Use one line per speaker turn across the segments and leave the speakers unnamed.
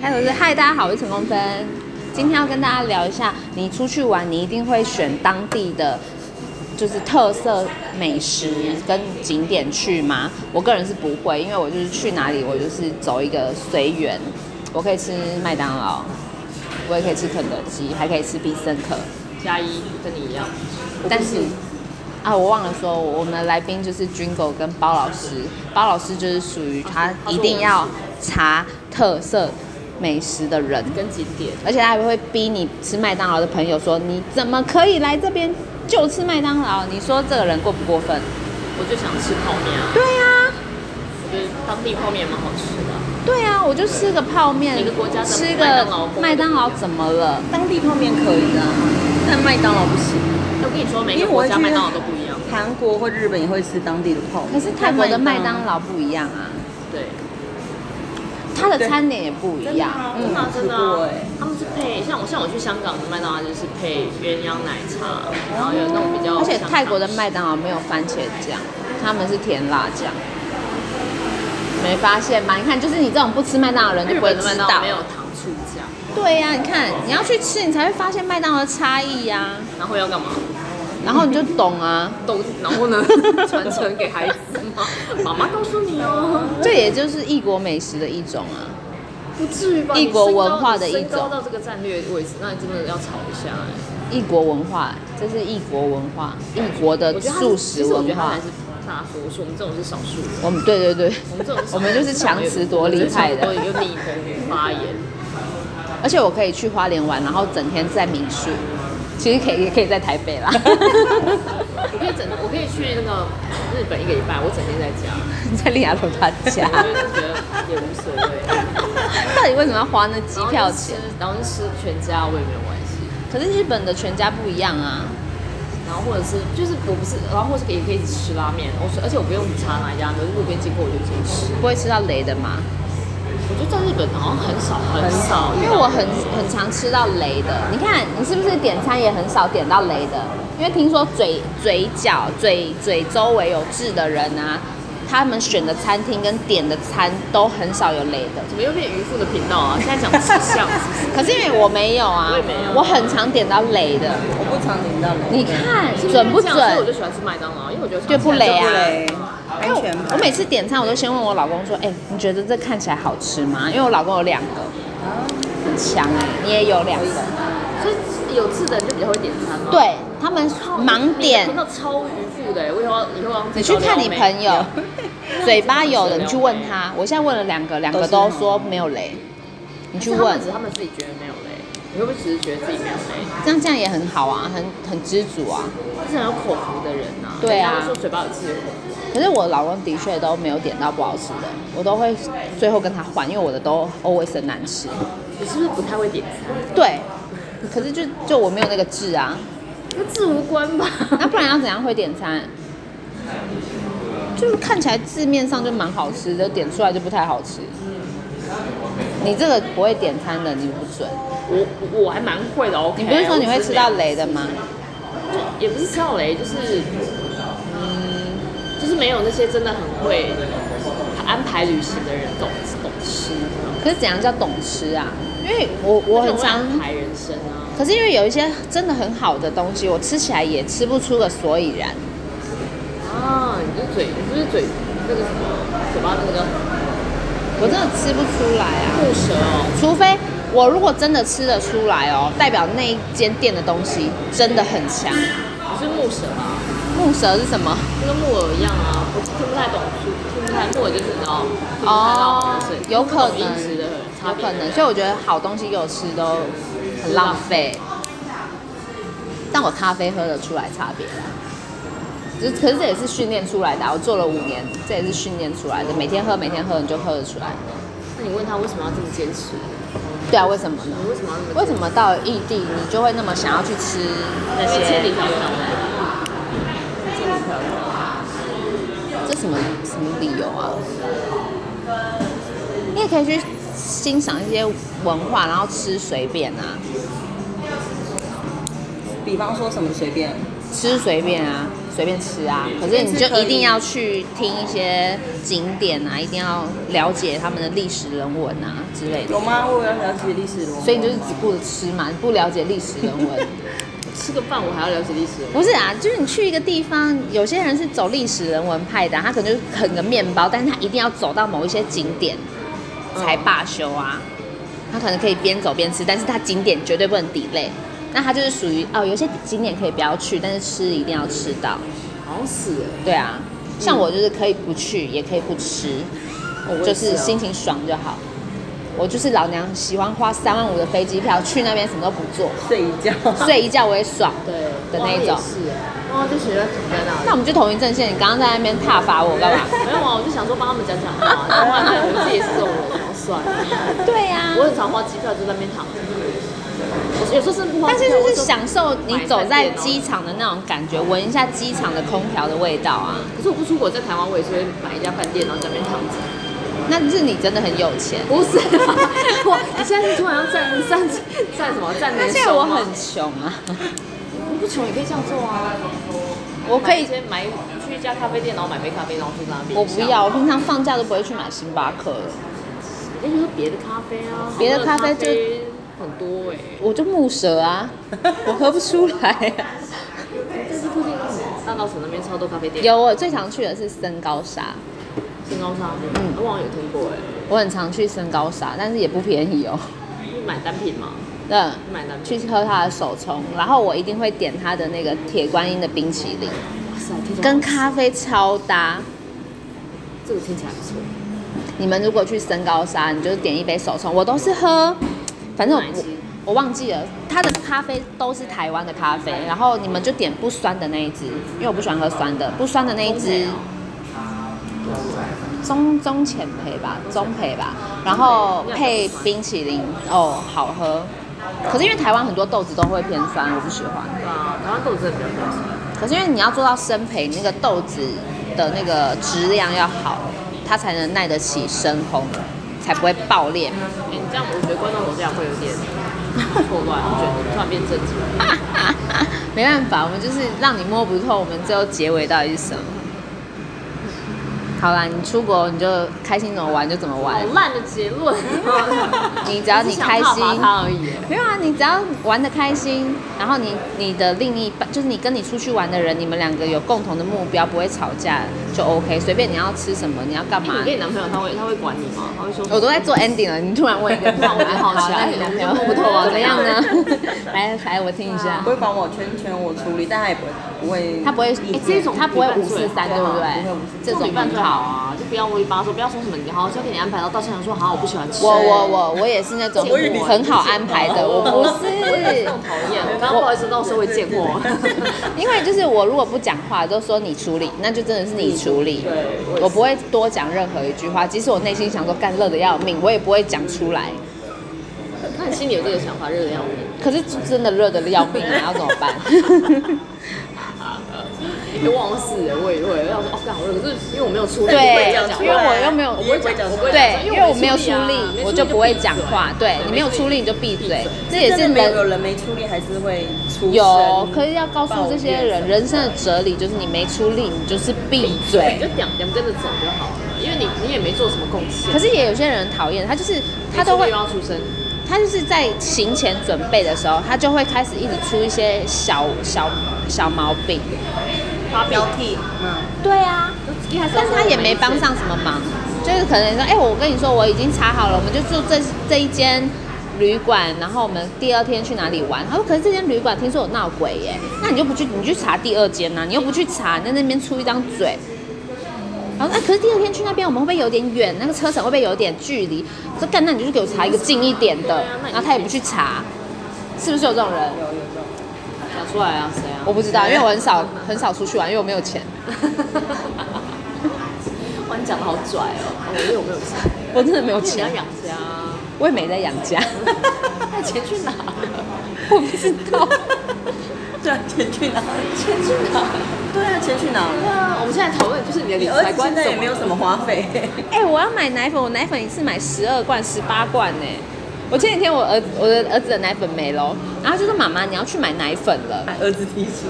还有是嗨，大家好，我是陈公分。今天要跟大家聊一下，你出去玩，你一定会选当地的，就是特色美食跟景点去吗？我个人是不会，因为我就是去哪里，我就是走一个随缘。我可以吃麦当劳，我也可以吃肯德基，还可以吃必胜客。
加一跟你一样，
但是啊，我忘了说，我们的来宾就是军狗跟包老师，包老师就是属于他
他
一
说
定
我
要查特色美食的人，
跟景点
而且他还会逼你吃麦当劳的朋友说，你怎么可以来这边就吃麦当劳？你说这个人过不过分？
我就想吃泡面啊，
对呀、啊，
我觉得当地泡面蛮好吃的。
对呀、啊，我就吃个泡面，
哪个国家的
吃
麦
个
当劳过
麦当劳怎么了？
当地泡面可以啊，但麦当劳不行。
我跟你说，每个
因为
国
我会
家
觉得
麦当劳都不一样。
韩国或日本也会吃当地的泡面，
可是泰国的麦当劳不一样啊，
对，
它的餐点也不一样。
真的啊
嗯
真的
吃过
啊
欸，
他们是配像我像我去香港的麦当劳就是配鸳鸯奶茶，然后有那种比较
哦而且
像
泰国的麦当劳没有番茄酱，他们是甜辣酱。没发现吗？你看，就是你这种不吃麦当劳的人就
日
不会
本的
知
麦
道
当劳。没有糖醋酱，
对呀、你看，你要去吃，你才会发现麦当劳的差异呀、
然后要干嘛？
然后你就懂啊。
都然 后呢传承给孩子吗？妈妈告诉你哦，
这也就是异国美食的一种啊。
不至于吧？
异国
你身高
文化的一
你身高
种
到这个战略位置，那你真的要吵一下哎。
异国文化，这是异国文化，异国的
我觉得他
素
是
食
其实我
文
觉得他
化
还。是大多数，我们这种是少数人。
我们对对对，
我们这种少数人
我们就是强词夺理派的
我们就是强词夺理就逆风发言。
而且我可以去花莲玩，然后整天在民宿，其实可以也可以在台北啦。
我可以整，我可以去那个日本一个礼拜，我整天在家，
在利雅罗他家。
我就是觉得也无所谓。
到底为什么要花那机票钱？
然后就吃，然后就吃全家，我也没有关系。
可是日本的全家不一样啊，
然后或者是就是我不是，然后或是也可以一起吃拉面，我说而且我不用查哪一家，可是路边经过我就直接吃。
不会吃到雷的嘛。
我觉得在日本好像很少很少遇到，
因为我很很常吃到雷的。你看，你是不是点餐也很少点到雷的？因为听说嘴嘴角、嘴嘴周围有痣的人啊，他们选的餐厅跟点的餐都很少有雷的。
怎么又变渔夫的频道啊？现在讲吃相是不是？
可是因为我没有啊，
我也没有
我很常点到雷的。
我不常听到雷，
你看
是因为
准不
这样所以我
准
就？喜欢吃麦当劳，因为我觉得
就不雷啊哎
不雷，安全牌
我每次点餐，我都先问我老公说：“哎、你觉得这看起来好吃吗？”因为我老公有两个，很强哎、你也有两个，
所以有痣的人就比较会点餐嘛。，
对他们盲点
听。到超渔夫的，欸我以后要以后要
你去看你朋友， 嘴巴有的，你去问
他
他。我现在问了两个，两个都说没有雷，你去
们
问
只，是他们自己觉得没有雷，你会不会只是觉得自己没有雷？
这样这样也很好啊，很很知足啊。
就是很有口福的人呐、
对啊
人家都说嘴巴有痣有口福，
可是我老公的确都没有点到不好吃的，我都会最后跟他换，因为我的都 always 很难吃。
你是不是不太会点餐？
对，可是就就我没有那个痣啊。
跟痣无关吧？
那不然要怎样会点餐？就是看起来字面上就蛮好吃的，点出来就不太好吃。你这个不会点餐的，你不准。
我我我还蛮会的，OK。
你不是说你会吃到雷的吗？
也不是吃到雷，就是嗯，就是没有那些真的很会安排旅行的人懂懂吃，
可是怎样叫懂吃啊？因为我我很常，
安排人生啊。
可是因为有一些真的很好的东西，我吃起来也吃不出个所以然。
啊，你就嘴，你就是嘴那个什么，嘴巴那个叫什么
我真的吃不出来啊。
吐舌哦，
除非我如果真的吃得出来哦，代表那一间店的东西真的很强。
不是木舌吧？
木舌是什么？
就跟木耳一样啊，我听不太懂，听不太木耳就是你知道，听不太
哦
到水，
有可
听不懂音质的
能，
差
有
别
可能，所以我觉得好东西给我吃都很浪费。但我咖啡喝得出来差别啦，只可是这也是训练出来的啊、我做了五年，这也是训练出来的。每天喝，每天喝，你就喝得出来。
那你问他为什么要这么坚持？
对啊，为什么呢？
你为什么要那么？
为什么到了异地，你就会那么想要去吃那
那些千
些？
里迢迢来？
这什么什么理由啊？你也可以去欣赏一些文化，然后吃随便啊。
比方说什么随便，
吃随便啊，随便吃啊，可是你就一定要去听一些景点啊，一定要了解他们的历史人文啊之类的
有。吗？我有要了解历史文化，
所以你就是只顾着吃嘛，你不了解历史人文。
吃个饭我还要了解历史，
不是啊，就是你去一个地方，有些人是走历史人文派的啊，他可能就是啃个面包，但是他一定要走到某一些景点才罢休啊。他可能可以边走边吃，但是他景点绝对不能 delay。那他就是属于哦，有些景点可以不要去，但是吃一定要吃到。
好像是哎
对啊，像我就是可以不去，也可以不吃，
哦我
就
也是
是
啊
心情爽就好。我就是老娘喜欢花三万五的飞机票去那边，什么都不做，
睡一觉，
睡一觉我也爽。
对
的那一种
哇也是哎，然后就学了停在那里
那。我们就同一阵线，你刚刚在那边挞伐我干嘛？
没有啊，我就想说帮他们讲讲话，讲话对我自己也是这种人，好算了。
对啊呀、
我很常花机票就在那边躺，我有时候甚至不花
但
机
是
票，
就
我
是
就
享受你走在机场的那种感觉，闻一下机场的空调的味道啊。
可是我不出国，在台湾我也是会买一家饭店，然后在那边躺着。
那是你真的很有钱。
不是，
啊
哇！你现在是突然要站站站什么站
而
年
且
收
我
吗
很穷啊，
我不穷，也可以这样做啊。
我可以，
先买去一家咖啡店，然后买杯咖啡，然后去那边。
我不要，我平常放假都不会去买星巴克了，
哎，你说别的咖啡啊，
别的
好喝
咖
咖
啡就
很多哎。
我就木蛇 啊，我喝不出来、啊。
但是附近大稻城那边超多咖啡店，
有，我最常去的是森高沙，
新高商，嗯，我好像有听过哎。
我很常去森高沙，但是也不便宜哦。
你买单品吗？
嗯，
你买单品？
去喝它的手冲，然后我一定会点它的那个铁观音的冰淇淋，
哇塞，听起来
跟咖啡超搭。
这个听起来不错。
嗯你们如果去深高沙，你就是点一杯手冲，我都是喝，反正我
哪一支
我忘记了，它的咖啡都是台湾的咖啡，然后你们就点不酸的那一支，因为我不喜欢喝酸的，不酸的那一
中培
支
哦
中中浅焙吧，中焙吧，然后配冰淇淋，哦，好喝。可是因为台湾很多豆子都会偏酸，我不喜欢。
对啊，台湾豆子真的比较偏酸。
可是因为你要做到生培，那个豆子的那个质量要好，它才能耐得起深烘，才不会爆裂。
哎，你这样我觉得观众这样会有点错乱，我觉得突然变正经。
没办法，我们就是让你摸不透，我们最后结尾到底是什么。好啦，你出国你就开心怎么玩就怎么玩。
好，烂的结 论
你只要你开心
我只想踏伐他而已。欸
没有啊，你只要玩的开心，然后你你的另一半就是你跟你出去玩的人，你们两个有共同的目标，不会吵架就 OK，随便你要吃什么，你要干嘛
你，跟你男朋友他会他会管你吗？他会说
我都在做 ending 了，你突然问一个，
突然我就好奇了
那你男朋友哎不透啊？怎么样呢？ 来来，我听一下
不。会管我圈圈我处理，但他也不会不会，
啊他不会，哎
理解
这种他不会
对
五四三，对不对
啊不会543？
这种
旅伴
很
最好
好。
啊，就不要啰里吧嗦，不要说什么你好，交给你安排到到现场说好，我不喜欢吃。
我 我我我也是那种
我以为你
很好安排的，我不
那种
是，
讨厌，我刚刚不好意思，到时候会 见过。
因为就是我如果不讲话，都说你处理，那就真的是你处理。
对，我
我不会多讲任何一句话，即使我内心想说干热的要命，我也不会讲出来。
那你心里有这个想法，热的要命。
可是真的热的要命，你要怎么 办？
也忘了是哎，我也会，我想说哦，干好热，可是因为我没有出力，不会
对
这样讲，
因为我又没有，我
不会讲
我不会
对，因
因
为
为
我
我
啊没
没
有
有
出
出
力
力，
我
我
就
就
不
不
会
会
讲
讲
话
话。
对
对
你
你
没
没
有
有
出
出
力你
力你
就
就
闭嘴
闭
啊
嘴，
这也是
真的没有
人
有人没出力还是会出
有
声，
可是要告诉
抱
这
怨
些人，人生的哲理就是你没出力，你就是闭
你
嘴
就。两两跟着走就好了，因为你你也没做什么贡献。
可是也有些人讨厌，他就是他
你出
都
力
会
又，要出声，
他就是在行前准备的时候，他就会开始一直出一些小小小毛病。
发飙，
替，嗯，
对啊，
一开始
但是他也没帮上什么忙，就是可能说，哎、我跟你说，我已经查好了，我们就住这这一间旅馆，然后我们第二天去哪里玩？他说，可是这间旅馆听说有闹鬼耶，那你就不去，你去查第二间呐、啊你又不去查，你在那边出一张嘴。然后，哎、可是第二天去那边，我们会不会有点远？那个车程会不会有点距离？我说干，那你就给我查一个近一点的。然后他也不去查，是不是有这种人？
讲出来啊，谁啊？
我不知道，因为我很少很少出去玩，因为我没有钱。
哇，你讲的好拽哦！我又没有钱，
我真的没有
你
钱
要，养家啊，
我也没在养家。
那钱去哪了？
我不知道。
对啊，钱去哪？
钱去哪了？
对啊，钱去哪
对
了？
啊，我们现在讨论就是你的理
你儿
财
子
观
现
怎
在也没有什么花费，
哎、我要买奶粉，我奶粉一次买十二罐、十八罐呢、我前几天我儿我的儿子的奶粉没了，然后就说妈妈你要去买奶粉了。
儿子提醒，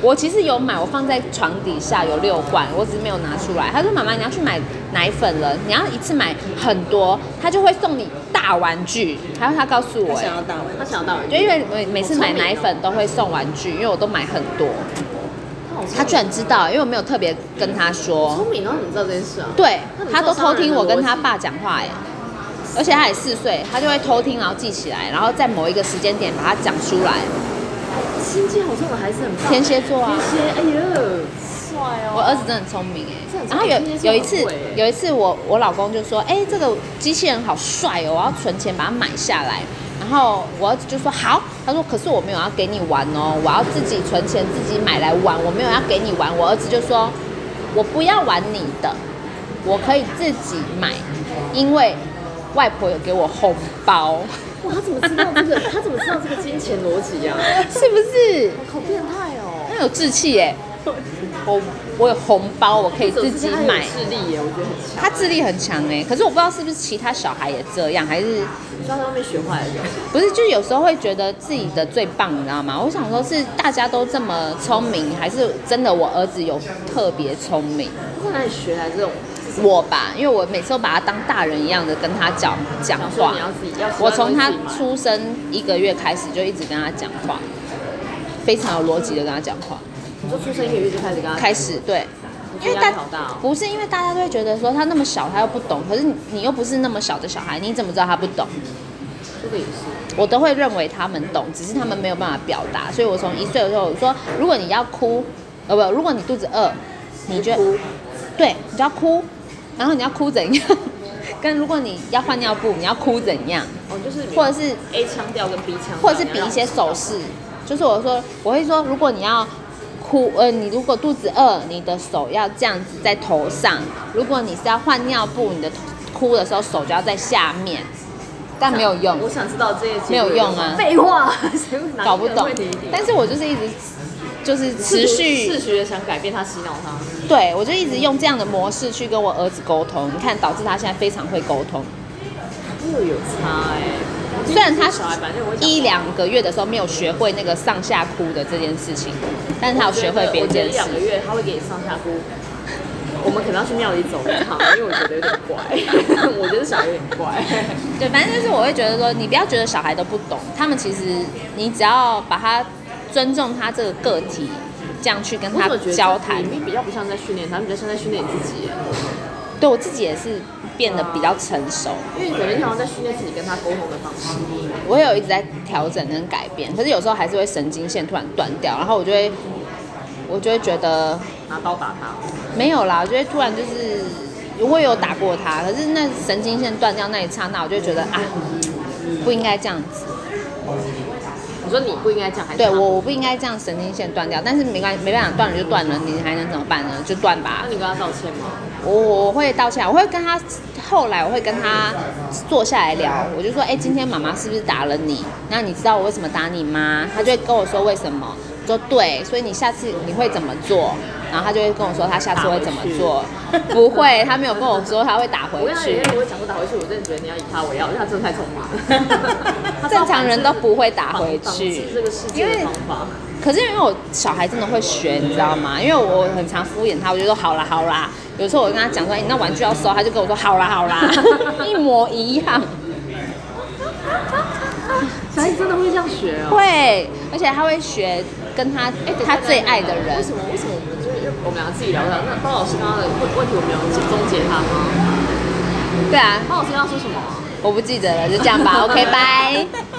我其实有买，我放在床底下有六罐，我只是没有拿出来。他说：“妈妈，你要去买奶粉了，你要一次买很多，他就会送你大玩具。”还有他告诉我、
我
欸
想要大碗，
他想到了，
就因为每每次买奶粉都会送玩具，因为我都买很多。他
他
居然知道，因为我没有特别跟他说。
聪明，然后你知道这件事啊？
对
那你，
他都偷听我跟他
知道商人的逻辑
爸讲话哎，而且他也四岁，他就会偷听，然后记起来，然后在某一个时间点把它讲出来。
心机好重的孩子很棒。
天蝎座啊
天蝎，哎呦，帅哦！
我儿子真的很聪明
这
哎
很，
然后有
聪明
有一次
这很会欸
有一次我我老公就说，哎、这个机器人好帅哦，我要存钱把它买下来。然后我儿子就说好，他说可是我没有要给你玩哦，我要自己存钱自己买来玩，我没有要给你玩。我儿子就说，我不要玩你的，我可以自己买，因为外婆有给我红包，
哇，他怎么知道这个？他怎么知道这个金钱逻辑呀？啊
是不是？
好变态哦！
很有志气耶！我我有红包，我可以自己买。
智力耶，我觉得很强。
他智力很强哎、可是我不知道是不是其他小孩也这样，还是
你知道他外面学坏了，
不是？就有时候会觉得自己的最棒，你知道吗？我想说，是大家都这么聪明，还是真的我儿子有特别聪明？
他在哪里学来这种？
我吧，因为我每次都把他当大人一样的跟他讲讲
想说
话
你。要自己要习惯自己买，
我从他出生一个月开始就一直跟他讲话，非常有逻辑的跟他讲话。
你就出生一个月就开始跟他
开始对，
你
因为
压力
大
好大哦
不是因为大家都会觉得说他那么小他又不懂，可是你你又不是那么小的小孩，你怎么知道他不懂？
这个也是，
我都会认为他们懂，只是他们没有办法表达。所以我从一岁的时候，我说如果你要哭，呃不，如果你肚子饿，你就
哭
对，你就要哭，然后你要哭怎样？跟如果你要换尿布，你要哭怎样？
哦，就是你
或者是
A 腔调跟 B 腔调，
或者是比一些手势，就是我说我会说，如果你要哭，呃，你如果肚子饿，你的手要这样子在头上；如果你是要换尿布，你的哭的时候手就要在下面，但没有用
我，想知道这些
没有用啊
废话， 谁会拿
搞不
这个
懂
问题一定。
但是我就是一直就是持
世
续，
俗的想改变他，洗脑他。
对我就一直用这样的模式去跟我儿子沟通，你看导致他现在非常会沟通。
又有差哎、
虽然他
小孩反正我会讲
一两个月的时候没有学会那个上下哭的这件事情，但是他有学会别
我觉
件
得一
事
两。个月他会给你上下铺，我们可能要去庙里走一趟，因为我觉得有点 怪，我觉得小孩有点怪。
对，反正就是我会觉得说，你不要觉得小孩都不懂，他们其实你只要把他尊重他这个个体，这样去跟
我
他
怎么觉得
交谈
里。面比较不像在训练他，比较像在训练你自己，
对我自己也是变得比较成熟，
因为你感觉你好像在训练自己跟他沟通的方式。
我也有一直在调整跟改变，可是有时候还是会神经线突然断掉，然后我就会我就会觉得
拿刀打他，
没有啦，我就会突然就是我有打过他，可是那神经线断掉那一刹那，我就会觉得啊，不应该这样子。
你说你不应该这样，还是
对
他
我，我不应该这样神经线断掉，但是没关系，没办法，断了就断了，你还能怎么办呢？就断吧
那。你跟他道歉吗？
我我会道歉，我会跟他，后来我会跟他坐下来聊，我就说，哎、今天妈妈是不是打了你？那你知道我为什么打你吗？他就会跟我说为什么，我说对，所以你下次你会怎么做？然后他就会跟我说他下次会怎么 做，不会，他没有跟我说他会打
我
回
跟他有
去
些，人我讲过打回去，我真的觉得你要以他为傲，因为他真的太聪明了。
正常人都不会打
防
回
防
去
治，这个世界
因为
的方法。
可是因为我小孩真的会学，你知道吗？因为我很常敷衍他，我就说好啦好啦。有时候我跟他讲说，哎、你那玩具要收，他就跟我说好啦好 啦，一模一样。
小孩真的会这样学哦。
会，而且他会学跟他、哎
等一
他
下
最爱的
为
人。
什么？为什么我们就是我们两个自己聊聊？那包老师刚刚的问问题，我们有终结他吗？
对啊，
包老师刚刚说什么啊？
我不记得了，就这样吧，OK，拜。